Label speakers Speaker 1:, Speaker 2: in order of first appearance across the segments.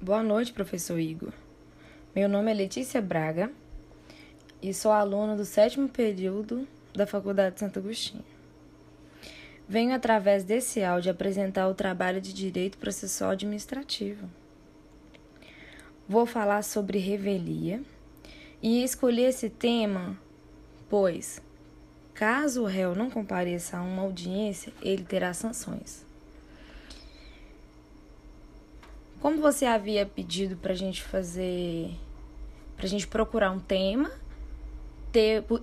Speaker 1: Boa noite, professor Igor. Meu nome é Letícia Braga e sou aluna do sétimo período da Faculdade de Santo Agostinho. Venho, através desse áudio, apresentar o trabalho de Direito Processual Administrativo. Vou falar sobre revelia e escolhi esse tema, pois, caso o réu não compareça a uma audiência, ele terá sanções. Como você havia pedido para a gente fazer, para a gente procurar um tema,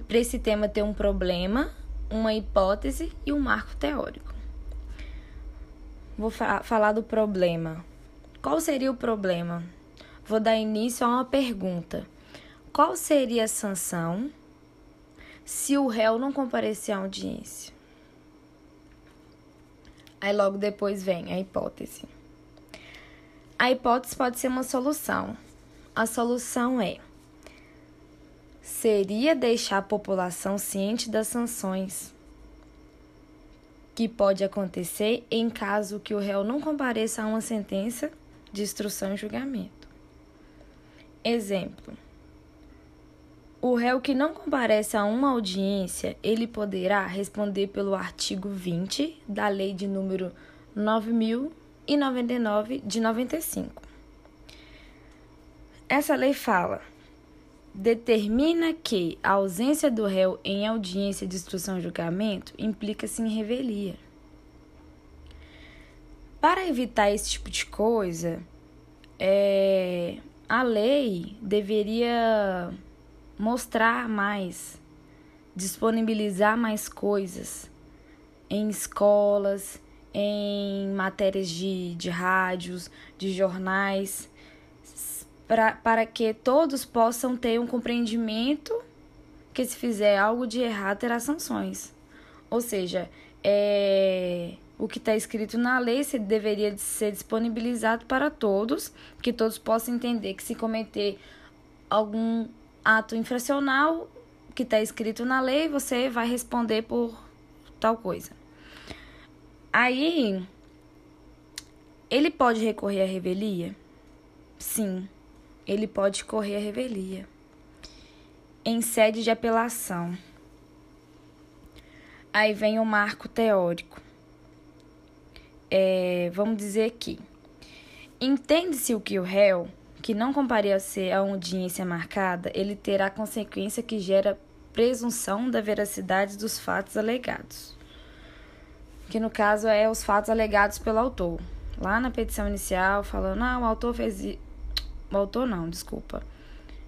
Speaker 1: para esse tema ter um problema, uma hipótese e um marco teórico. Vou fa falar do problema. Qual seria o problema? Vou dar início a uma pergunta. Qual seria a sanção se o réu não comparecer à audiência? Aí logo depois vem a hipótese. A hipótese pode ser uma solução. A solução é: seria deixar a população ciente das sanções que pode acontecer em caso que o réu não compareça a uma sentença de instrução e julgamento. Exemplo: o réu que não comparece a uma audiência, ele poderá responder pelo artigo 20 da lei de número 9000 e 99 de 95. Essa lei fala: determina que a ausência do réu em audiência de instrução e julgamento implica-se em revelia. Para evitar esse tipo de coisa, é, a lei deveria mostrar mais, disponibilizar mais coisas em escolas, em matérias de, de rádios, de jornais, pra, para que todos possam ter um compreendimento que se fizer algo de errado terá sanções. Ou seja, é, o que está escrito na lei se deveria ser disponibilizado para todos, que todos possam entender que se cometer algum ato infracional que está escrito na lei, você vai responder por tal coisa. Aí, ele pode recorrer à revelia? Sim, ele pode correr à revelia. Em sede de apelação. Aí vem o marco teórico. É, vamos dizer que entende-se o que o réu, que não comparecer a audiência marcada, ele terá consequência que gera presunção da veracidade dos fatos alegados que no caso é os fatos alegados pelo autor. Lá na petição inicial, falando, ah, o autor fez. I... O autor não, desculpa.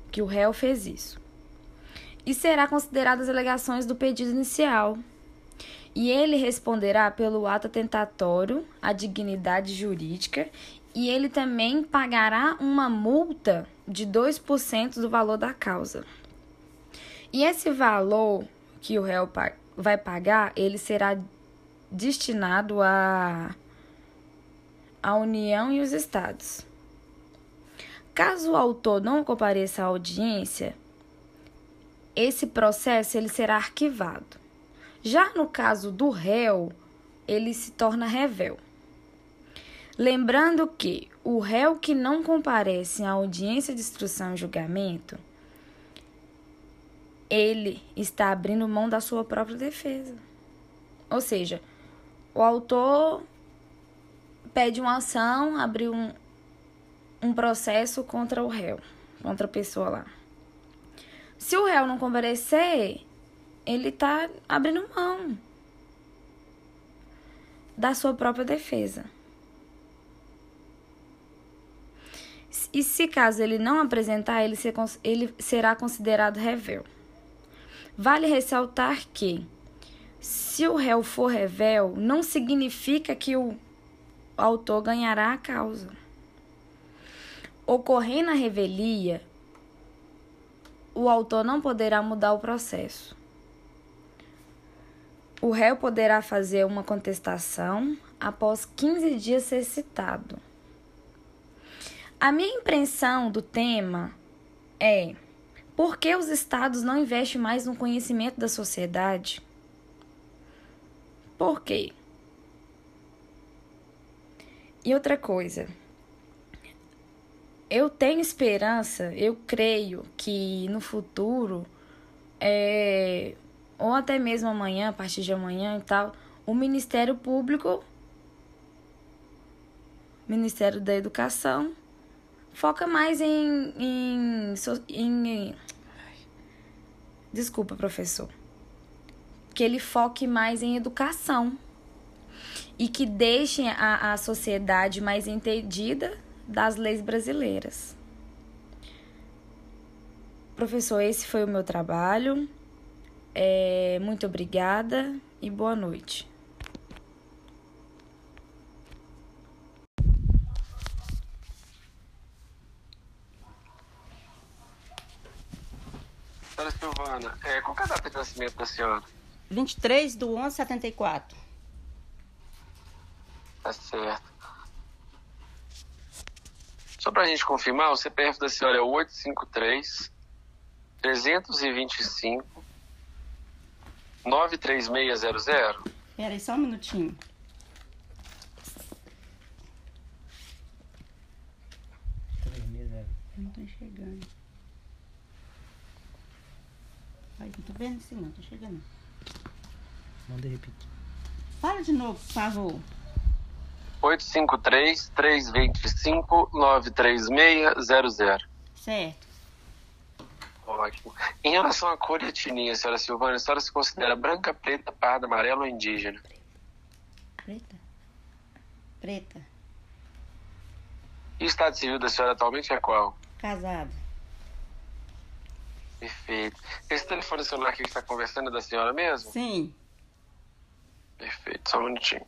Speaker 1: Que o réu fez isso. E será consideradas as alegações do pedido inicial. E ele responderá pelo ato atentatório à dignidade jurídica. E ele também pagará uma multa de 2% do valor da causa. E esse valor que o réu vai pagar, ele será destinado à, à União e os Estados. Caso o autor não compareça à audiência, esse processo ele será arquivado. Já no caso do réu, ele se torna revel. Lembrando que o réu que não comparece à audiência de instrução e julgamento, ele está abrindo mão da sua própria defesa. Ou seja, o autor pede uma ação, abre um, um processo contra o réu, contra a pessoa lá. Se o réu não comparecer, ele está abrindo mão da sua própria defesa. E se caso ele não apresentar, ele, ser, ele será considerado revel. Vale ressaltar que se o réu for revel, não significa que o autor ganhará a causa. Ocorrendo a revelia, o autor não poderá mudar o processo. O réu poderá fazer uma contestação após 15 dias ser citado. A minha impressão do tema é: por que os estados não investem mais no conhecimento da sociedade? Por quê? E outra coisa, Eu tenho esperança, eu creio que no futuro, é, ou até mesmo amanhã, a partir de amanhã e tal, o Ministério Público, Ministério da Educação, foca mais em. em, em, em desculpa, professor. Que ele foque mais em educação e que deixem a, a sociedade mais entendida das leis brasileiras. Professor, esse foi o meu trabalho. É, muito obrigada e boa noite.
Speaker 2: Senhora Silvana, é, qual é a data de nascimento da senhora?
Speaker 3: 23 do 11 74.
Speaker 2: Tá certo. Só para a gente confirmar, o CPF da senhora é 853 325 93600.
Speaker 3: Peraí, só um minutinho. Eu não tô enxergando. Ai, não tô vendo isso não, tô enxergando.
Speaker 4: Manda repetir.
Speaker 3: Fala de novo, por favor.
Speaker 2: 853-325-93600.
Speaker 3: Certo.
Speaker 2: Ótimo. Em relação à cor e etnia, senhora Silvana, a senhora se considera branca, preta, parda, amarela ou indígena?
Speaker 3: Preta? Preta.
Speaker 2: E o estado civil da senhora atualmente é qual?
Speaker 3: Casado.
Speaker 2: Perfeito. Esse telefone celular aqui que está conversando é da senhora mesmo?
Speaker 3: Sim.
Speaker 2: Perfeito, só um minutinho.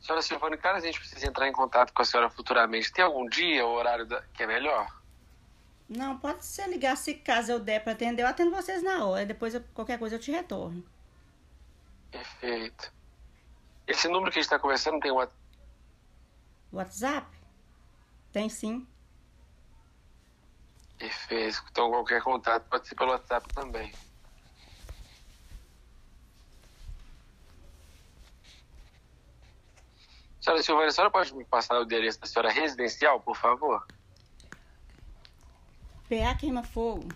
Speaker 2: Senhora Silvana, caso a gente precise entrar em contato com a senhora futuramente, tem algum dia ou horário da- que é melhor?
Speaker 3: Não, pode ser ligar se caso eu der pra atender, eu atendo vocês na hora. Depois eu- qualquer coisa eu te retorno.
Speaker 2: Perfeito. Esse número que a gente está conversando tem um uma.
Speaker 3: WhatsApp? Tem sim.
Speaker 2: Perfeito. Então qualquer contato pode ser pelo WhatsApp também. Senhora Silvana, a senhora pode me passar o endereço da senhora residencial, por favor?
Speaker 3: PA Queima Fogo.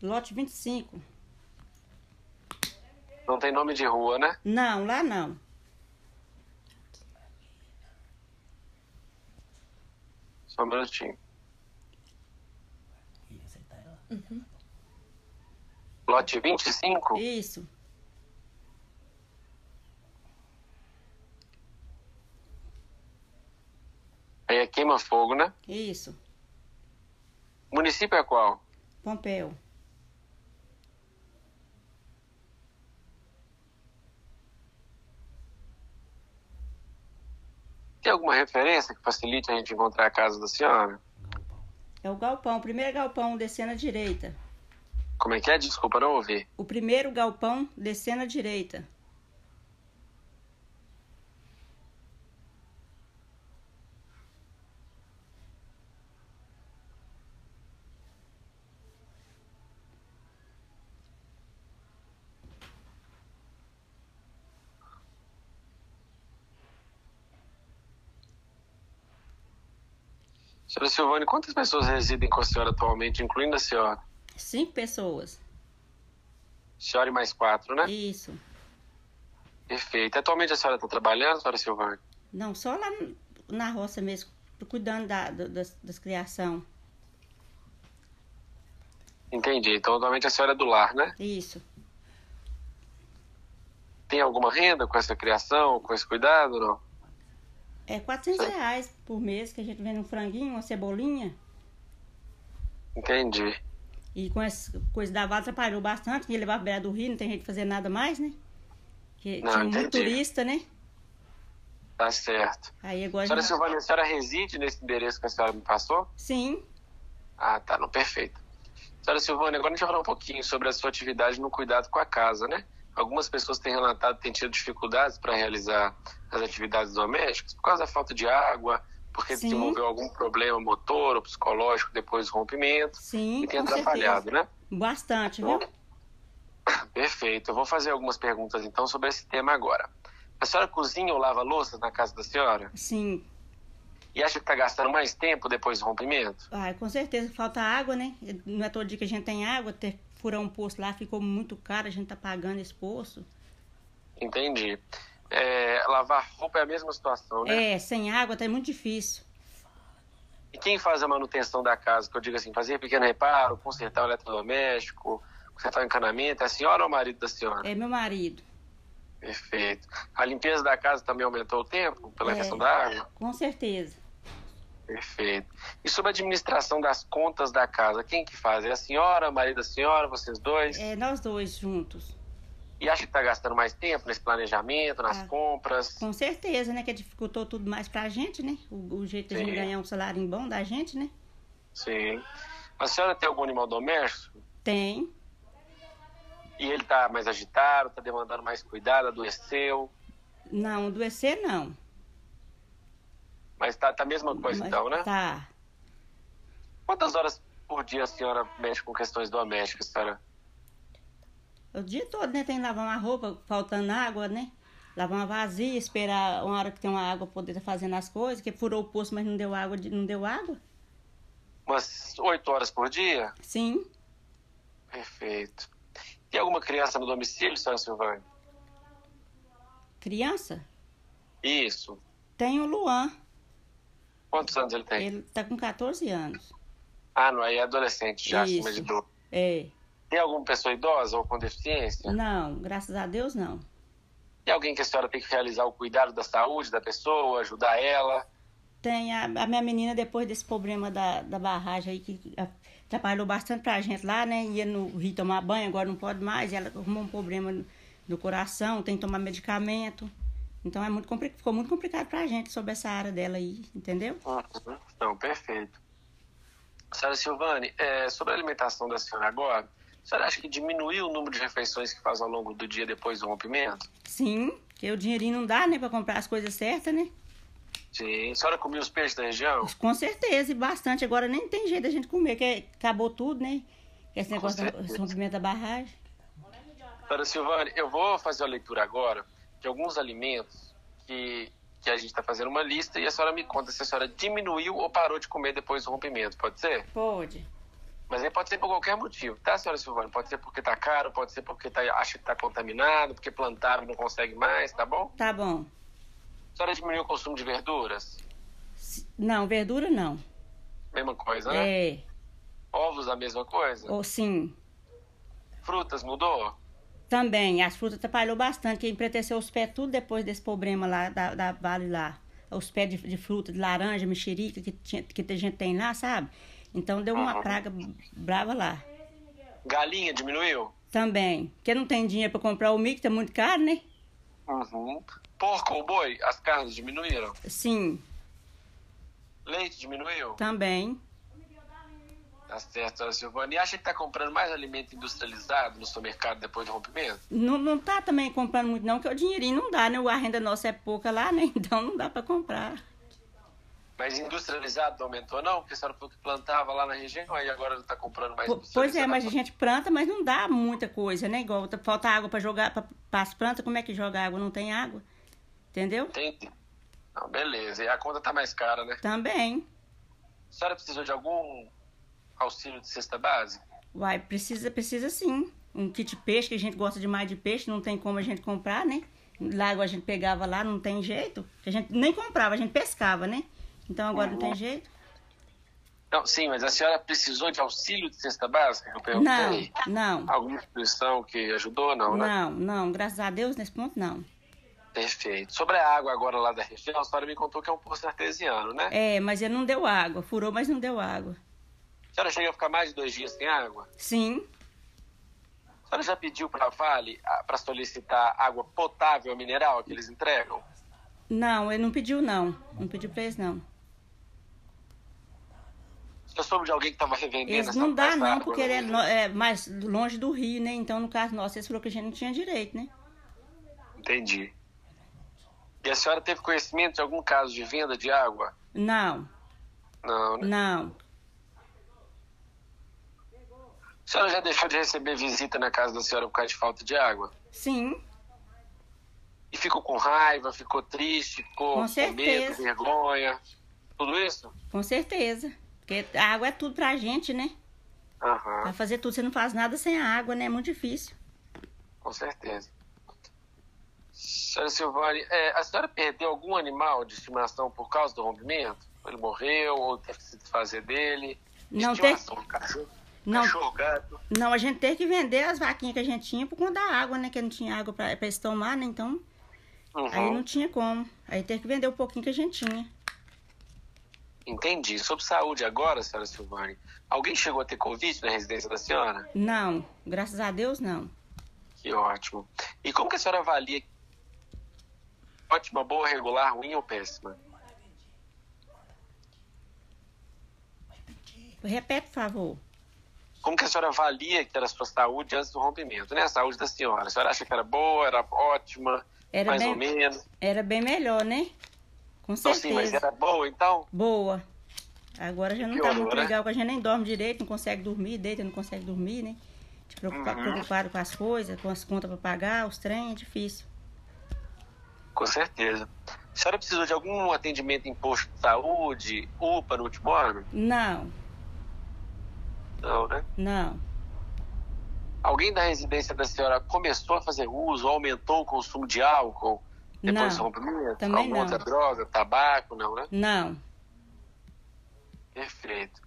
Speaker 3: Lote 25.
Speaker 2: Não tem nome de rua, né?
Speaker 3: Não, lá não.
Speaker 2: Só um minutinho. Lote 25?
Speaker 3: Isso.
Speaker 2: Aí é queima-fogo, né?
Speaker 3: Isso.
Speaker 2: Município é qual?
Speaker 3: Pompeu.
Speaker 2: Tem alguma referência que facilite a gente encontrar a casa da senhora?
Speaker 3: É o galpão, o primeiro galpão descendo à direita.
Speaker 2: Como é que é? Desculpa, não ouvi.
Speaker 3: O primeiro galpão descendo à direita.
Speaker 2: Senhora Silvane, quantas pessoas residem com a senhora atualmente, incluindo a senhora?
Speaker 3: Cinco pessoas.
Speaker 2: Senhora e mais quatro, né?
Speaker 3: Isso.
Speaker 2: Perfeito. Atualmente a senhora está trabalhando, senhora Silvane?
Speaker 3: Não, só lá na roça mesmo, cuidando da, do- das, das criação.
Speaker 2: Entendi. Então, atualmente a senhora é do lar, né?
Speaker 3: Isso.
Speaker 2: Tem alguma renda com essa criação, com esse cuidado ou não?
Speaker 3: É 400 reais por mês que a gente vende um franguinho, uma cebolinha.
Speaker 2: Entendi.
Speaker 3: E com essa coisa da vaca atrapalhou bastante, que levava beira do rio, não tem gente fazer nada mais, né? Que
Speaker 2: Não,
Speaker 3: tinha muito
Speaker 2: entendi.
Speaker 3: turista, né?
Speaker 2: Tá certo.
Speaker 3: Aí agora.
Speaker 2: Senhora
Speaker 3: já-
Speaker 2: Silvana, a senhora reside nesse endereço que a senhora me passou?
Speaker 3: Sim,
Speaker 2: Ah, tá, não, perfeito. Senhora Silvana, agora a gente vai falar um pouquinho sobre a sua atividade no cuidado com a casa, né? Algumas pessoas têm relatado que têm tido dificuldades para realizar as atividades domésticas por causa da falta de água, porque
Speaker 3: Sim.
Speaker 2: desenvolveu algum problema motor ou psicológico depois do rompimento
Speaker 3: sim.
Speaker 2: e tem
Speaker 3: com
Speaker 2: atrapalhado,
Speaker 3: certeza.
Speaker 2: né?
Speaker 3: Bastante, viu?
Speaker 2: Perfeito. Eu vou fazer algumas perguntas então sobre esse tema agora. A senhora cozinha ou lava louça na casa da senhora?
Speaker 3: Sim.
Speaker 2: E acha que está gastando mais tempo depois do rompimento?
Speaker 3: Ah, com certeza falta água, né? Não é todo dia que a gente tem água. Ter furar um poço lá ficou muito caro, a gente tá pagando esse poço.
Speaker 2: Entendi. É, lavar roupa é a mesma situação, né?
Speaker 3: É, sem água tá muito difícil.
Speaker 2: E quem faz a manutenção da casa? Que eu digo assim, fazer pequeno reparo, consertar o eletrodoméstico, consertar o encanamento, é a senhora ou o marido da senhora?
Speaker 3: É meu marido.
Speaker 2: Perfeito. A limpeza da casa também aumentou o tempo pela
Speaker 3: É.
Speaker 2: questão da água?
Speaker 3: Com certeza.
Speaker 2: Perfeito. E sobre a administração das contas da casa, quem que faz? É a senhora, o marido da senhora, vocês dois?
Speaker 3: É nós dois juntos.
Speaker 2: E acha que está gastando mais tempo nesse planejamento, nas
Speaker 3: Ah.
Speaker 2: compras?
Speaker 3: Com certeza, né? Que dificultou tudo mais pra gente, né? O, o jeito de a gente
Speaker 2: Sim.
Speaker 3: ganhar um salário bom da gente, né?
Speaker 2: Sim. A senhora tem algum animal doméstico?
Speaker 3: Tem.
Speaker 2: E ele está mais agitado, está demandando mais cuidado, adoeceu?
Speaker 3: Não, adoecer um, não.
Speaker 2: Mas tá, tá a mesma coisa
Speaker 3: Mas
Speaker 2: então, né?
Speaker 3: Tá.
Speaker 2: Quantas horas por dia a senhora mexe com questões domésticas, senhora?
Speaker 3: O dia todo, né? Tem que lavar uma roupa, faltando água, né? Lavar uma vazia, esperar uma hora que tem uma água pra poder estar fazendo as coisas, que furou o poço, mas não deu água, de- não deu água?
Speaker 2: Umas oito horas por dia?
Speaker 3: Sim.
Speaker 2: Perfeito. Tem alguma criança no domicílio, senhora Silvânia?
Speaker 3: Criança?
Speaker 2: Isso.
Speaker 3: Tem o Luan.
Speaker 2: Quantos anos ele tem?
Speaker 3: Ele tá com 14 anos.
Speaker 2: Ah, não, aí é adolescente já, acima
Speaker 3: Isso.
Speaker 2: de 12.
Speaker 3: É.
Speaker 2: Tem alguma pessoa idosa ou com deficiência?
Speaker 3: Não, graças a Deus não.
Speaker 2: Tem alguém que a senhora tem que realizar o cuidado da saúde da pessoa, ajudar ela?
Speaker 3: Tem a, a minha menina, depois desse problema da, da barragem aí, que a- atrapalhou bastante pra gente lá, né? Ia no Rio tomar banho, agora não pode mais. Ela arrumou um problema no- no coração, tem que tomar medicamento. Então é muito compli- ficou muito complicado pra gente sobre essa área dela aí, entendeu?
Speaker 2: Uhum. Não, perfeito. Senhora Silvane, é, sobre a alimentação da senhora agora, a senhora acha que diminuiu o número de refeições que faz ao longo do dia depois do rompimento?
Speaker 3: Sim, porque o dinheirinho não dá, né, pra comprar as coisas certas, né?
Speaker 2: Sim. A senhora comia os peixes da região?
Speaker 3: Com certeza, e bastante. Agora nem tem jeito da gente comer, que é, acabou tudo, né? Esse
Speaker 2: Com
Speaker 3: negócio do
Speaker 2: certeza.
Speaker 3: esse rompimento da barragem.
Speaker 2: Senhora Silvane, eu vou fazer a leitura agora de alguns alimentos que, que a gente está fazendo uma lista e a senhora me conta se a senhora diminuiu ou parou de comer depois do rompimento, pode ser?
Speaker 3: Pode.
Speaker 2: Mas aí pode ser por qualquer motivo, tá, senhora Silvane? Pode ser porque tá caro, pode ser porque tá, acha que tá contaminado, porque plantaram e não consegue mais, tá bom?
Speaker 3: Tá bom.
Speaker 2: A senhora diminuiu o consumo de verduras?
Speaker 3: Se- Não, verdura não.
Speaker 2: Mesma coisa, né?
Speaker 3: É,
Speaker 2: Ovos, a mesma coisa?
Speaker 3: ou sim.
Speaker 2: Frutas, mudou?
Speaker 3: Também, as frutas atrapalhou bastante, que empreteceu os pés tudo depois desse problema lá da, da Vale lá. Os pés de, de fruta, de laranja, mexerica que, tinha, que a gente tem lá, sabe? Então deu uma praga brava lá.
Speaker 2: Galinha, diminuiu?
Speaker 3: Também. Porque não tem dinheiro pra comprar o milho, que tá muito caro, né?
Speaker 2: Uhum. Porco ou boi, as carnes diminuíram?
Speaker 3: Sim,
Speaker 2: Leite, diminuiu?
Speaker 3: também.
Speaker 2: Tá certo, senhora Silvane. E acha que tá comprando mais alimento industrializado no supermercado depois do rompimento?
Speaker 3: Não, não tá também comprando muito, não, que o dinheirinho não dá, né? A renda nossa é pouca lá, né? Então não dá pra comprar.
Speaker 2: Mas industrializado não aumentou, não? Porque a senhora falou que plantava lá na região e agora não tá comprando mais
Speaker 3: Po- Pois é,
Speaker 2: industrializado.
Speaker 3: mas a gente planta, mas não dá muita coisa, né? Igual tá- falta água pra jogar pra, pra as plantas, como é que joga água? Não tem água. Entendeu?
Speaker 2: Entendi. Não, beleza. E a conta tá mais cara, né?
Speaker 3: Também.
Speaker 2: A senhora precisou de algum auxílio de cesta básica?
Speaker 3: Uai, precisa, precisa sim. Um kit peixe, que a gente gosta demais de peixe, não tem como a gente comprar, né? Lá igual a gente pegava lá, não tem jeito. A gente nem comprava, a gente pescava, né? Então agora
Speaker 2: Uhum.
Speaker 3: não tem jeito.
Speaker 2: Não, sim, mas a senhora precisou de auxílio de cesta básica? É que Eu perguntei.
Speaker 3: Não, não,
Speaker 2: Alguma instituição que ajudou, não, né?
Speaker 3: não, não. Graças a Deus, nesse ponto, não.
Speaker 2: Perfeito. Sobre a água agora lá da região, a senhora me contou que é um poço artesiano, né?
Speaker 3: É, mas ele não deu água. Furou, mas não deu água.
Speaker 2: A senhora chega a ficar mais de dois dias sem água?
Speaker 3: Sim,
Speaker 2: A senhora já pediu para a Vale para solicitar água potável mineral que eles entregam?
Speaker 3: não, ele não pediu, não. Não pediu pra eles, não.
Speaker 2: Você soube de alguém que estava revendendo
Speaker 3: Eles
Speaker 2: essa
Speaker 3: não dá,
Speaker 2: essa
Speaker 3: não,
Speaker 2: água,
Speaker 3: porque
Speaker 2: né?
Speaker 3: ele é, no- é mais longe do rio, né? Então, no caso nosso, eles falaram que a gente não tinha direito, né?
Speaker 2: Entendi. E a senhora teve conhecimento de algum caso de venda de água?
Speaker 3: Não,
Speaker 2: Não, né?
Speaker 3: não.
Speaker 2: A senhora já deixou de receber visita na casa da senhora por causa de falta de água?
Speaker 3: Sim,
Speaker 2: E ficou com raiva, ficou triste, ficou
Speaker 3: Com
Speaker 2: com, medo,
Speaker 3: certeza.
Speaker 2: com vergonha, tudo isso?
Speaker 3: Com certeza. Porque a água é tudo pra gente, né?
Speaker 2: Aham.
Speaker 3: Pra fazer tudo, você não faz nada sem a água, né? É muito difícil.
Speaker 2: Com certeza. Senhora Silvane, é, a senhora perdeu algum animal de estimação por causa do rompimento? Ele morreu ou teve que se desfazer dele?
Speaker 3: Não
Speaker 2: Estimação, Cachorro,
Speaker 3: Não.
Speaker 2: cachorro, gato.
Speaker 3: Não, a gente teve que vender as vaquinhas que a gente tinha por conta da água, né? Que não tinha água pra, pra eles tomar, né? Então, aí
Speaker 2: Uhum.
Speaker 3: não tinha como. Aí teve que vender o pouquinho que a gente tinha.
Speaker 2: Entendi. Sobre saúde agora, senhora Silvane, alguém chegou a ter Covid na residência da senhora?
Speaker 3: Não, graças a Deus, não.
Speaker 2: Que ótimo. E como que a senhora avalia? Ótima, boa, regular, ruim ou péssima?
Speaker 3: Repete, por favor.
Speaker 2: Como que a senhora avalia que era a sua saúde antes do rompimento, né? A saúde da senhora. A senhora acha que era boa, era ótima,
Speaker 3: Era
Speaker 2: mais
Speaker 3: bem-
Speaker 2: ou menos?
Speaker 3: Era bem melhor, né? Com
Speaker 2: Então, sim, mas
Speaker 3: certeza.
Speaker 2: era boa, então?
Speaker 3: Boa. Agora já não tá
Speaker 2: Piorou,
Speaker 3: muito
Speaker 2: né?
Speaker 3: legal, que a gente nem dorme direito, não consegue dormir, deita, não consegue dormir, né? Te preocupa-
Speaker 2: Uhum.
Speaker 3: preocupado com as coisas, com as contas pra pagar, os trem, é difícil.
Speaker 2: Com certeza. A senhora precisou de algum atendimento em posto de saúde, UPA no último ano?
Speaker 3: Não,
Speaker 2: Não, né?
Speaker 3: não.
Speaker 2: Alguém da residência da senhora começou a fazer uso, ou aumentou o consumo de álcool? Depois do
Speaker 3: Não,
Speaker 2: rompimento?
Speaker 3: também
Speaker 2: né? Alguma
Speaker 3: não.
Speaker 2: outra droga, tabaco, não, né?
Speaker 3: Não.
Speaker 2: Perfeito.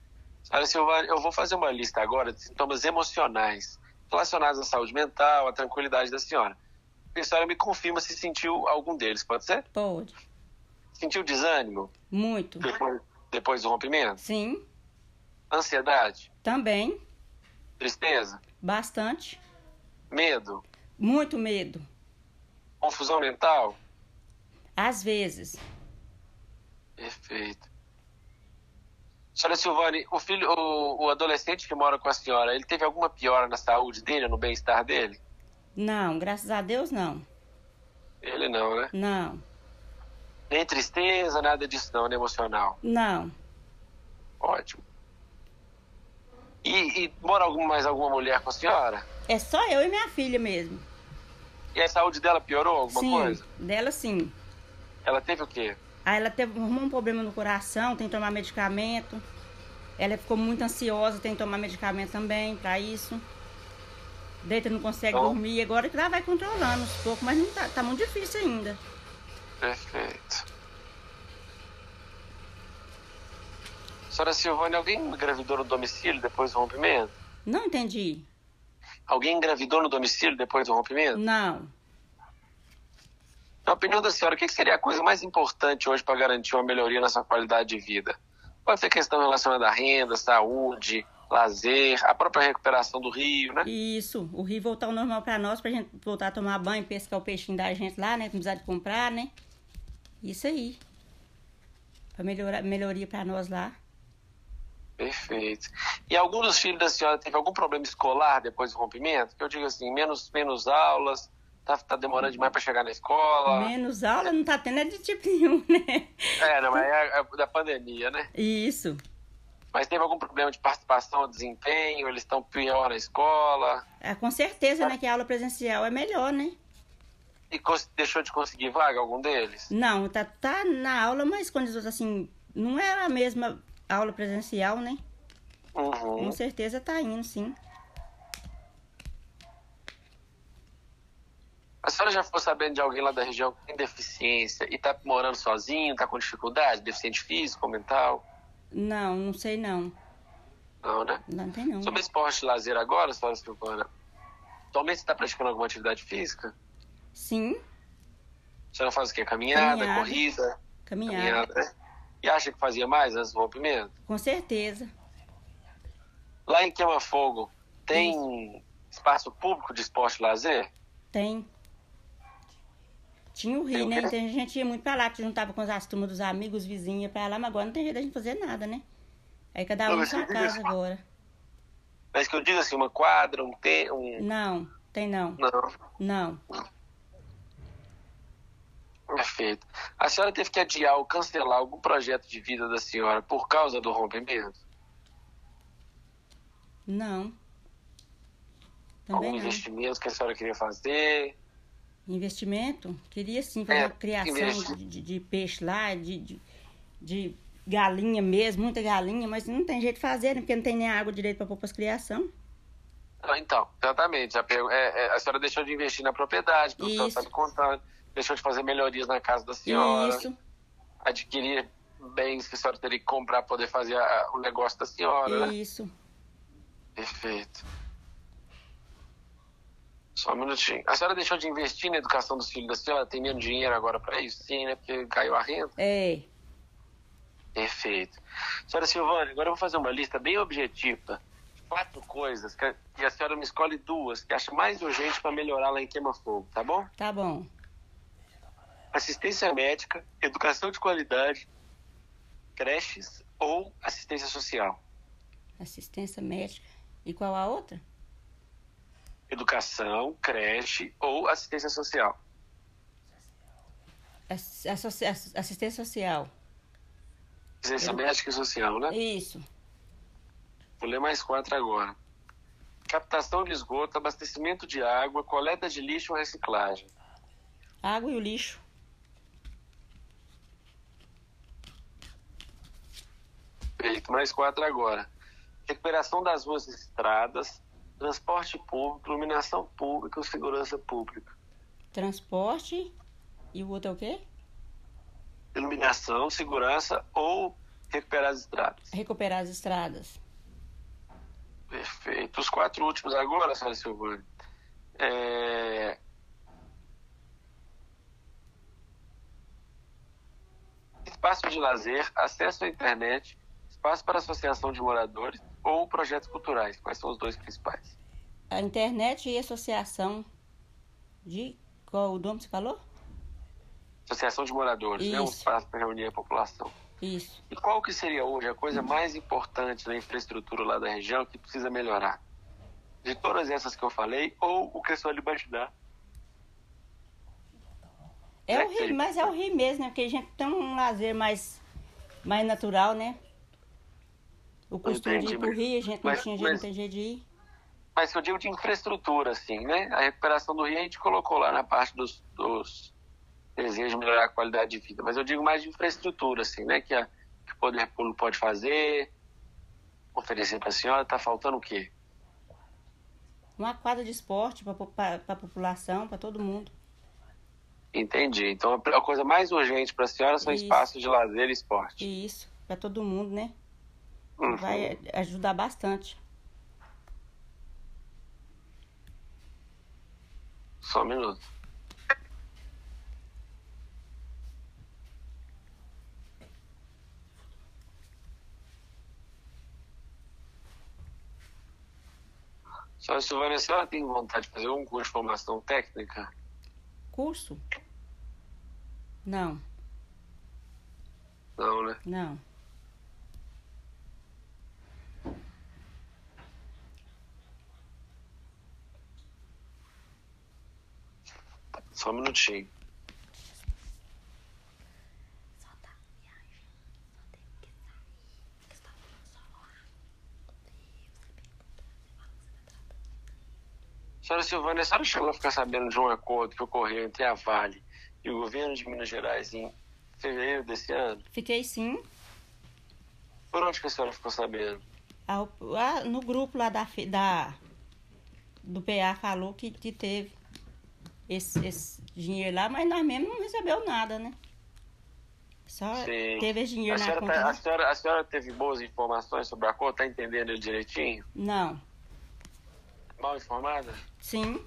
Speaker 2: Senhora Silvana, eu vou fazer uma lista agora de sintomas emocionais relacionados à saúde mental, à tranquilidade da senhora. E a senhora me confirma se sentiu algum deles, pode ser?
Speaker 3: Pode.
Speaker 2: Sentiu desânimo
Speaker 3: Muito.
Speaker 2: depois, depois do rompimento?
Speaker 3: Sim,
Speaker 2: Ansiedade?
Speaker 3: também.
Speaker 2: Tristeza,
Speaker 3: Bastante.
Speaker 2: medo,
Speaker 3: Muito medo.
Speaker 2: confusão mental?
Speaker 3: Às vezes.
Speaker 2: Perfeito. Senhora Silvane, o filho, o, o adolescente que mora com a senhora, ele teve alguma piora na saúde dele, no bem-estar dele?
Speaker 3: Não, graças a Deus, não.
Speaker 2: Ele não, né?
Speaker 3: Não,
Speaker 2: Nem tristeza, nada disso não, né? Emocional.
Speaker 3: não.
Speaker 2: Ótimo. E, e mora algum, mais alguma mulher com a senhora?
Speaker 3: É só eu e minha filha mesmo.
Speaker 2: E a saúde dela piorou alguma
Speaker 3: sim,
Speaker 2: coisa?
Speaker 3: dela sim.
Speaker 2: Ela teve o quê?
Speaker 3: Aí ela teve arrumou um problema no coração, tem que tomar medicamento. Ela ficou muito ansiosa, tem que tomar medicamento também pra isso. Deita, não consegue
Speaker 2: Então-
Speaker 3: dormir. Agora que ela vai controlando aos poucos, mas não tá, tá muito difícil ainda.
Speaker 2: Perfeito. Senhora Silvane, alguém engravidou no domicílio depois do rompimento?
Speaker 3: Não entendi.
Speaker 2: Alguém engravidou no domicílio depois do rompimento?
Speaker 3: Não.
Speaker 2: Na opinião da senhora, o que que seria a coisa mais importante hoje para garantir uma melhoria na sua qualidade de vida? Pode ser questão relacionada à renda, saúde, lazer, a própria recuperação do rio, né?
Speaker 3: Isso, o rio voltar ao normal pra nós, pra gente voltar a tomar banho, pescar o peixinho da gente lá, né? Não precisar de comprar, né? Isso aí. Pra melhorar, melhoria pra nós lá.
Speaker 2: Perfeito. E algum dos filhos da senhora teve algum problema escolar depois do rompimento? Que eu digo assim, menos, menos aulas, tá, tá demorando demais para chegar na escola.
Speaker 3: Menos aula não tá tendo é de tipo nenhum, né?
Speaker 2: É, não, mas é, é da pandemia, né?
Speaker 3: Isso.
Speaker 2: Mas teve algum problema de participação, desempenho? Eles estão pior na escola?
Speaker 3: Ah, com
Speaker 2: Tá.
Speaker 3: certeza, né? Que a aula presencial é melhor, né?
Speaker 2: E cons- deixou de conseguir vaga algum deles?
Speaker 3: Não, tá, tá na aula, mas quando os outros, assim, não é a mesma aula presencial, né?
Speaker 2: Uhum.
Speaker 3: Com certeza tá indo, sim.
Speaker 2: A senhora já ficou sabendo de alguém lá da região que tem deficiência e tá morando sozinho, tá com dificuldade, deficiente físico, mental?
Speaker 3: Não, não sei não.
Speaker 2: Não, né?
Speaker 3: Não tem não.
Speaker 2: Sobre esporte e lazer agora, senhora Silvana, atualmente você tá praticando alguma atividade física?
Speaker 3: Sim,
Speaker 2: A senhora faz o quê? Caminhada,
Speaker 3: Caminhada.
Speaker 2: corrida?
Speaker 3: caminhar.
Speaker 2: né? E acha que fazia mais antes do rompimento?
Speaker 3: Com certeza.
Speaker 2: Lá em Queima Fogo, tem espaço público de esporte e lazer?
Speaker 3: Tem. Tinha o
Speaker 2: Tem um
Speaker 3: Rio,
Speaker 2: o
Speaker 3: né?
Speaker 2: quê?
Speaker 3: Então a gente ia muito pra lá, que juntava com as turmas dos amigos, vizinhos pra lá, mas agora não tem jeito da gente fazer nada, né? Aí cada
Speaker 2: Não,
Speaker 3: um na
Speaker 2: mas
Speaker 3: sua
Speaker 2: fica
Speaker 3: casa
Speaker 2: nesse-
Speaker 3: agora.
Speaker 2: Mas que eu digo assim, uma quadra, um te... um...
Speaker 3: Não, tem não.
Speaker 2: Não,
Speaker 3: Não.
Speaker 2: perfeito. A senhora teve que adiar ou cancelar algum projeto de vida da senhora por causa do rompimento?
Speaker 3: Não.
Speaker 2: Algum
Speaker 3: Também não. É
Speaker 2: investimento que a senhora queria fazer?
Speaker 3: Investimento? Queria sim fazer
Speaker 2: É,
Speaker 3: uma criação
Speaker 2: investe.
Speaker 3: de, de- de peixe lá, de, de, de galinha mesmo, muita galinha, mas não tem jeito de fazer, né? porque não tem nem água direito para pôr para criação.
Speaker 2: Ah, Então, exatamente. A, pergu- é- é, a senhora deixou de investir na propriedade, pelo que ela está tá
Speaker 3: Isso.
Speaker 2: me contando, deixou de fazer melhorias na casa da senhora,
Speaker 3: Isso,
Speaker 2: adquirir bens que a senhora teria que comprar para poder fazer a- o negócio da senhora, né?
Speaker 3: isso.
Speaker 2: Perfeito. Só um minutinho. A senhora deixou de investir na educação dos filhos da senhora? Tem menos dinheiro agora para isso? Sim, né? Porque caiu a renda.
Speaker 3: É.
Speaker 2: Perfeito. Senhora Silvana, agora eu vou fazer uma lista bem objetiva. Quatro coisas que a, e a senhora me escolhe duas que acha mais urgente para melhorar lá em Queima Fogo, tá bom?
Speaker 3: Tá bom.
Speaker 2: Assistência médica, educação de qualidade, creches ou assistência social.
Speaker 3: Assistência médica. E qual a outra?
Speaker 2: Educação, creche ou assistência social.
Speaker 3: Ass- associ- ass- Assistência social.
Speaker 2: Assistência médica e social, né?
Speaker 3: Isso.
Speaker 2: Vou ler mais quatro agora. Captação de esgoto, abastecimento de água, coleta de lixo ou reciclagem.
Speaker 3: Água e o lixo.
Speaker 2: Perfeito, mais quatro agora. Recuperação das ruas e estradas, transporte público, iluminação pública ou segurança pública.
Speaker 3: Transporte. E o outro é o quê?
Speaker 2: Iluminação, segurança ou recuperar as estradas.
Speaker 3: Recuperar as estradas.
Speaker 2: Perfeito. Os quatro últimos agora, senhora Silvana. É... Espaço de lazer, acesso à internet, espaço para associação de moradores ou projetos culturais. Quais são os dois principais?
Speaker 3: A internet e associação de. Qual o nome que você falou?
Speaker 2: Associação de moradores, né? um
Speaker 3: Isso.
Speaker 2: espaço para reunir a população.
Speaker 3: Isso.
Speaker 2: E qual que seria hoje a
Speaker 3: Uhum.
Speaker 2: coisa mais importante da infraestrutura lá da região que precisa melhorar? De todas essas que eu falei, ou o que a senhora lhe dá?
Speaker 3: É o
Speaker 2: Perfeito.
Speaker 3: rio, mas é o rio mesmo, né? Porque a gente tem um lazer mais, mais natural, né? O costume de
Speaker 2: entendi,
Speaker 3: ir pro
Speaker 2: mas-
Speaker 3: rio, a gente não
Speaker 2: mas-
Speaker 3: tinha jeito, não
Speaker 2: mas-
Speaker 3: tem jeito de ir.
Speaker 2: Mas eu digo de infraestrutura, assim, né? A recuperação do Rio a gente colocou lá na parte dos, dos desejos de melhorar a qualidade de vida. Mas eu digo mais de infraestrutura, assim, né? Que, a, que o poder público pode fazer, oferecer para a senhora. Está faltando o quê?
Speaker 3: Uma quadra de esporte para a população, para todo mundo.
Speaker 2: Entendi. Então a pr- a coisa mais urgente para a senhora são
Speaker 3: Isso.
Speaker 2: espaços de lazer e esporte.
Speaker 3: E isso, para todo mundo, né?
Speaker 2: Uhum.
Speaker 3: Vai ajudar bastante.
Speaker 2: Só um minuto. Senhora Silvana, a senhora tem vontade de fazer um curso de formação técnica?
Speaker 3: Curso? Não,
Speaker 2: Não, né?
Speaker 3: não.
Speaker 2: Só um minutinho. Senhora Silvana, a senhora chegou a ficar sabendo de um acordo que ocorreu entre a Vale e o governo de Minas Gerais em fevereiro desse ano?
Speaker 3: Fiquei sim.
Speaker 2: Por onde que a senhora ficou sabendo?
Speaker 3: A- a- no grupo lá da, fe- da- do PA falou que, que teve esse, esse dinheiro lá, mas nós mesmo não recebeu nada, né? Só
Speaker 2: Sim.
Speaker 3: teve esse
Speaker 2: A
Speaker 3: dinheiro na
Speaker 2: senhora,
Speaker 3: conta.
Speaker 2: tá- a
Speaker 3: né?
Speaker 2: senhora- a senhora teve boas informações sobre o acordo? Está entendendo ele direitinho?
Speaker 3: Não.
Speaker 2: Mal informada?
Speaker 3: Sim,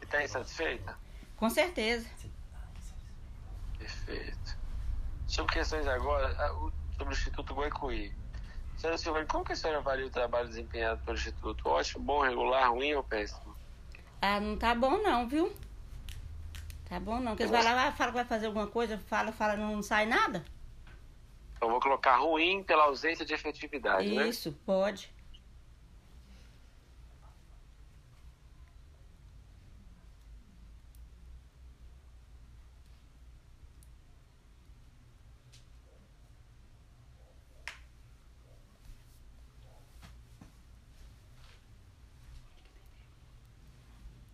Speaker 2: E está insatisfeita?
Speaker 3: com certeza.
Speaker 2: Perfeito. Sobre questões agora, a- o- sobre o Instituto Guaicuí. Senhora Silvana, como que a senhora avalia o trabalho desempenhado pelo Instituto? Ótimo, bom, regular, ruim ou péssimo?
Speaker 3: Ah, não tá bom não, viu? Tá bom não. Porque eles vão lá, ah, fala que vai fazer alguma coisa, fala, fala, não, não sai nada.
Speaker 2: Eu Então, vou colocar ruim pela ausência de efetividade, né?
Speaker 3: Isso, pode.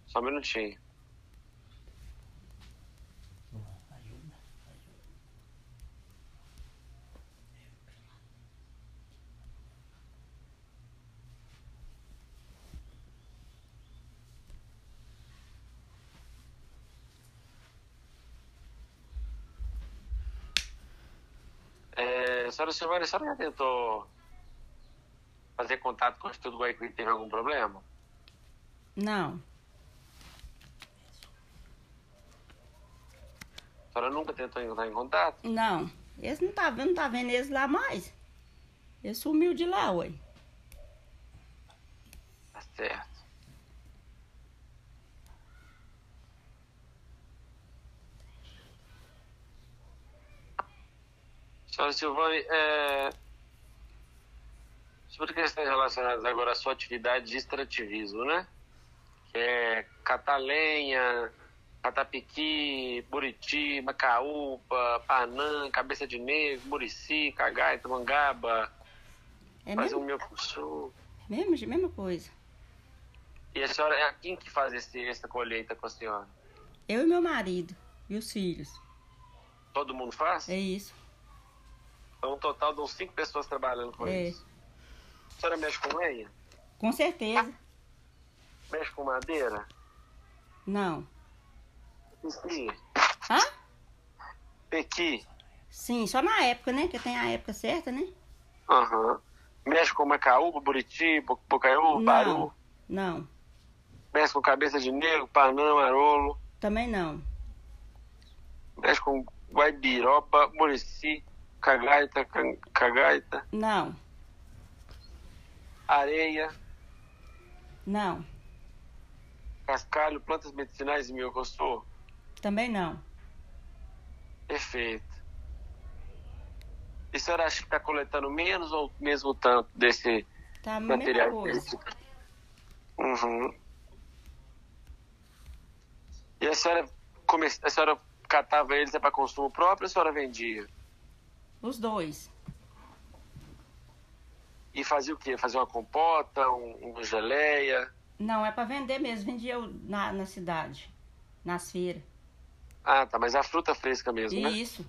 Speaker 2: Só um minutinho. É, senhora Silvana, a senhora já tentou fazer contato com o Instituto Guaiqui e teve algum problema?
Speaker 3: Não.
Speaker 2: A senhora nunca tentou entrar em contato?
Speaker 3: Não. Eles não tá vendo, não tá vendo eles lá mais. Ele sumiu de lá, ué.
Speaker 2: Tá certo. Senhora Silvane, é... sobre questões relacionadas agora à sua atividade de extrativismo, né? Que é catar lenha, catapiqui, buriti, macaúpa, panã, cabeça de negro, murici, cagaita, mangaba,
Speaker 3: É
Speaker 2: fazer
Speaker 3: mesmo,
Speaker 2: o meu curso.
Speaker 3: mesmo, mesma coisa.
Speaker 2: E a senhora, é quem que faz esse, essa colheita com a senhora?
Speaker 3: Eu e meu marido e os filhos.
Speaker 2: Todo mundo faz?
Speaker 3: É isso.
Speaker 2: Então, um total de uns cinco pessoas trabalhando com
Speaker 3: É.
Speaker 2: isso. A senhora mexe com lenha?
Speaker 3: Com certeza.
Speaker 2: Mexe com madeira?
Speaker 3: Não.
Speaker 2: Pequi?
Speaker 3: Hã?
Speaker 2: Pequi?
Speaker 3: Sim, só na época, né? Que tem a época certa, né?
Speaker 2: Aham. Mexe com macaúba, buriti, bo- bocaiúba,
Speaker 3: não.
Speaker 2: baru?
Speaker 3: Não.
Speaker 2: Mexe com cabeça de negro, panã, arolo?
Speaker 3: Também não.
Speaker 2: Mexe com guaibiroba, murici, cagaita, can- cagaita,
Speaker 3: Não.
Speaker 2: areia,
Speaker 3: Não.
Speaker 2: cascalho, plantas medicinais e milcossô?
Speaker 3: Também não.
Speaker 2: Perfeito. E a senhora acha que está coletando menos ou mesmo tanto desse
Speaker 3: Tá a mesma
Speaker 2: material?
Speaker 3: coisa.
Speaker 2: Uhum. E a senhora, come... a senhora catava eles para consumo próprio ou a senhora vendia?
Speaker 3: Os dois.
Speaker 2: E fazia o quê? Fazia uma compota, um, uma geleia?
Speaker 3: Não, é pra vender mesmo. Vendia eu na, na cidade. Nas feiras.
Speaker 2: Ah, tá, mas a fruta fresca mesmo, né?
Speaker 3: Isso.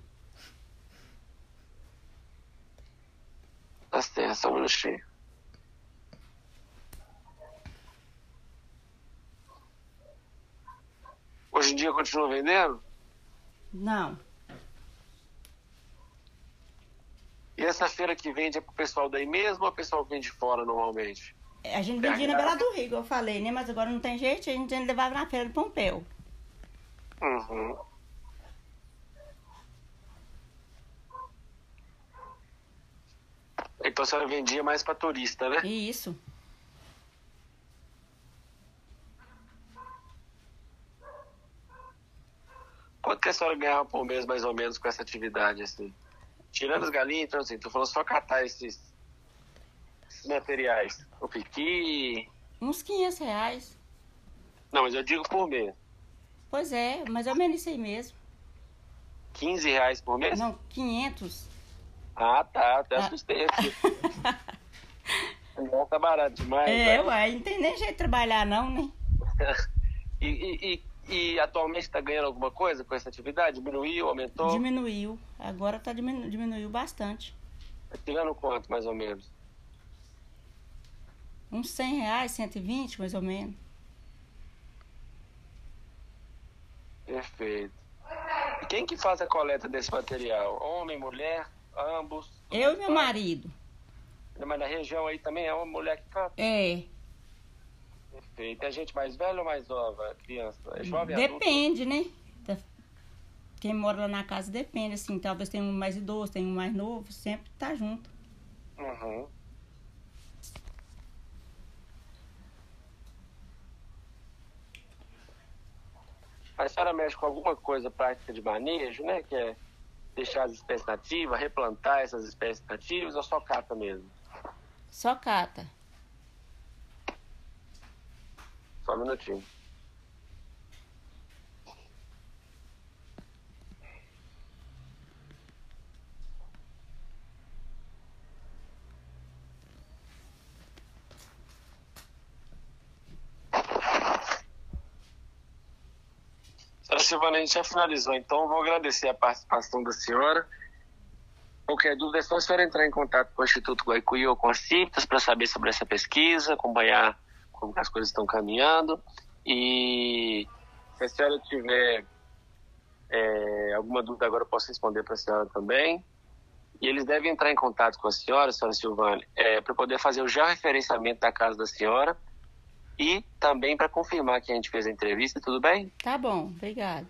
Speaker 2: Tá certo, só um minutinho. Hoje em dia continua vendendo?
Speaker 3: Não.
Speaker 2: E essa feira que vende é pro pessoal daí mesmo ou o pessoal que vende fora normalmente?
Speaker 3: A gente vendia na Bela do Rio, igual eu falei, né? Mas agora não tem jeito, a gente levava na feira do Pompeu.
Speaker 2: Uhum. Então a senhora vendia mais pra turista, né?
Speaker 3: E isso.
Speaker 2: Quanto que a senhora ganhava por mês, mais ou menos, com essa atividade, assim? Tirando as galinhas, então, assim, tô falando só catar esses, esses materiais. O piqui...
Speaker 3: Uns 500 reais.
Speaker 2: Não, mas eu digo por mês.
Speaker 3: Pois é, mais ou menos isso aí mesmo.
Speaker 2: 15 reais por mês?
Speaker 3: Não, 500.
Speaker 2: Ah, tá. Até
Speaker 3: Ah.
Speaker 2: assustei aqui. Não, tá barato demais.
Speaker 3: é,
Speaker 2: né?
Speaker 3: uai, não tem nem jeito de trabalhar, não, né?
Speaker 2: E, e, e, e atualmente tá ganhando alguma coisa com essa atividade? Diminuiu, aumentou?
Speaker 3: Diminuiu. Agora tá diminu diminuiu bastante.
Speaker 2: Tá tirando quanto, mais ou menos?
Speaker 3: Uns 100 reais, 120 mais ou menos.
Speaker 2: Perfeito. E quem que faz a coleta desse material? Homem, mulher, ambos?
Speaker 3: Eu e meu marido.
Speaker 2: Mas na região aí também é uma mulher que cata.
Speaker 3: É.
Speaker 2: Perfeito. É gente mais velha ou mais nova? Criança? É jovem, adulto?
Speaker 3: Depende, né? Da- Quem mora lá na casa depende, assim. Talvez tenha um mais idoso, tenha um mais novo, sempre tá junto.
Speaker 2: Uhum. A senhora mexe com alguma coisa prática de manejo, né? Que é deixar as espécies nativas, replantar essas espécies nativas ou só cata mesmo?
Speaker 3: Só cata.
Speaker 2: Só um minutinho. Senhora Silvana, a gente já finalizou, então eu vou agradecer a participação da senhora. Qualquer dúvida é só a senhora entrar em contato com o Instituto Guaicuí ou com a CIPTAS para saber sobre essa pesquisa, acompanhar como que as coisas estão caminhando. E se a senhora tiver é, alguma dúvida agora, eu posso responder para a senhora também. E eles devem entrar em contato com a senhora, senhora Silvânia, é, para poder fazer o georreferenciamento da casa da senhora e também para confirmar que a gente fez a entrevista, tudo bem?
Speaker 3: Tá bom, obrigado.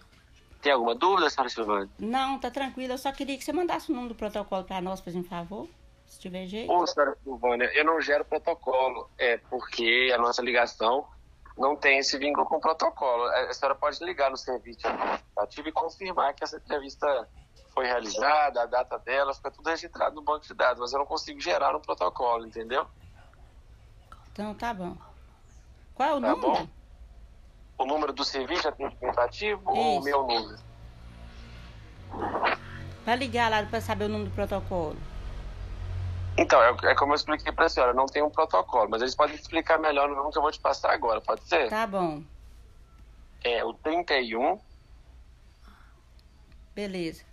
Speaker 2: Tem alguma dúvida, senhora Silvânia?
Speaker 3: Não, tá tranquilo. Eu só queria que você mandasse o nome do protocolo para nós, por favor. Se tiver jeito.
Speaker 2: Ô, senhora Silvânia, eu não gero protocolo, é porque a nossa ligação não tem esse vínculo com o protocolo. É, A senhora pode ligar no serviço administrativo e confirmar que essa entrevista foi realizada, a data dela, fica tudo registrado no banco de dados, mas eu não consigo gerar um protocolo, entendeu?
Speaker 3: Então tá bom. Qual é o
Speaker 2: Tá
Speaker 3: número?
Speaker 2: bom. O número do serviço administrativo ou o
Speaker 3: Isso.
Speaker 2: meu número?
Speaker 3: Vai ligar lá para saber o número do protocolo.
Speaker 2: Então, é, é como eu expliquei para a senhora, não tem um protocolo, mas eles podem explicar melhor no número que eu vou te passar agora, pode ser?
Speaker 3: Tá bom,
Speaker 2: É o 31
Speaker 3: beleza,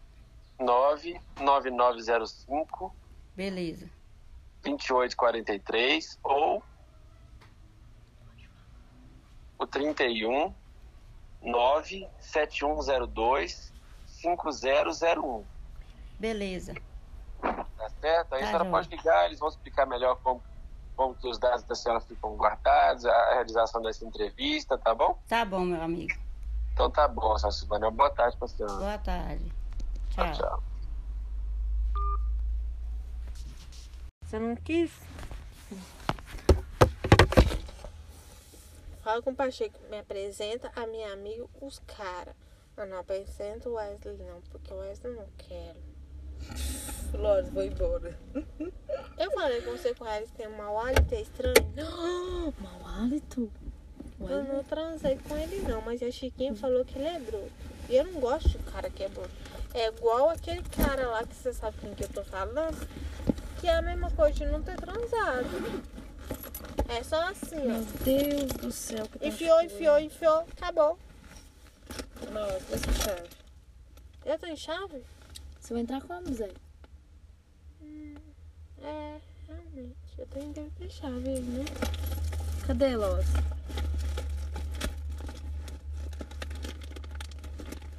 Speaker 2: 99905
Speaker 3: beleza.
Speaker 2: 2843 ou o 31 97102 5001.
Speaker 3: Beleza.
Speaker 2: Tá certo? Aí a
Speaker 3: Tá
Speaker 2: senhora
Speaker 3: joia.
Speaker 2: pode ligar, eles vão explicar melhor como, como que os dados da senhora ficam guardados, a realização dessa entrevista, tá bom?
Speaker 3: Tá bom, meu amigo.
Speaker 2: Então tá bom, senhora Silvana. Boa tarde pra senhora.
Speaker 3: Boa tarde.
Speaker 2: Tchau,
Speaker 3: Tchau.
Speaker 2: tchau.
Speaker 5: Você não quis?
Speaker 6: Fala com o Pacheco, me apresenta a minha amiga, os cara. Eu não apresento o Wesley, não, porque o Wesley eu não quero.
Speaker 5: Flores, vou embora.
Speaker 6: Eu falei com você que o Wesley tem um mau hálito, é estranho.
Speaker 5: Mau hálito?
Speaker 6: Eu não transei com ele, não, mas a Chiquinha falou que ele é bruto. E eu não gosto de cara que é bruto. É igual aquele cara lá que você sabe com quem eu tô falando, que é a mesma coisa de não ter transado. É só assim,
Speaker 1: Meu
Speaker 6: ó.
Speaker 1: Deus do céu. Que
Speaker 6: Enfiou,
Speaker 5: tá
Speaker 1: tontura.
Speaker 6: enfiou, enfiou, acabou.
Speaker 5: Nossa, você sabe.
Speaker 6: Eu tô em chave?
Speaker 5: Você vai entrar como, Zé?
Speaker 6: É, realmente. Eu tenho que deixar ver, né?
Speaker 5: Cadê, Lois?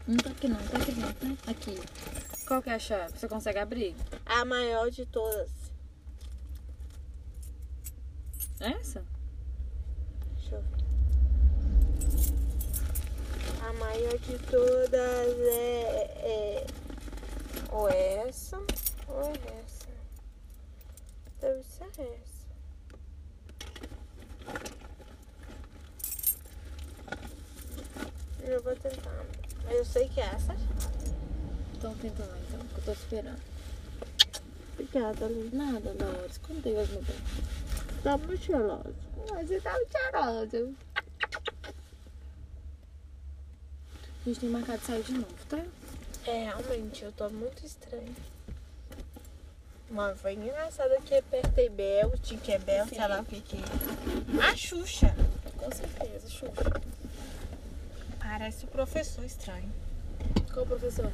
Speaker 5: Não tá aqui não, tá aqui não, tá? Aqui. Qual que é a chave? Você consegue abrir?
Speaker 6: A maior de todas.
Speaker 5: É Essa?
Speaker 6: Deixa eu ver. A maior de todas é. é ou é essa, ou é essa. Deve ser essa. Eu vou tentar. Mas eu sei que é essa.
Speaker 5: Então tenta lá, então, que eu tô esperando.
Speaker 6: Obrigada, Lina.
Speaker 5: Nada, Lois. Como Deus meu bem.
Speaker 6: Tá muito cheirosa.
Speaker 5: Mas você tá mentirosa. A gente tem marcado de sair de novo, tá?
Speaker 6: É, realmente, eu tô muito estranha. Mas foi engraçado que apertei Bel, o Tique é Bel, sei lá o que que é. A Xuxa! Com certeza, Xuxa. Parece o professor estranho.
Speaker 5: Qual professor?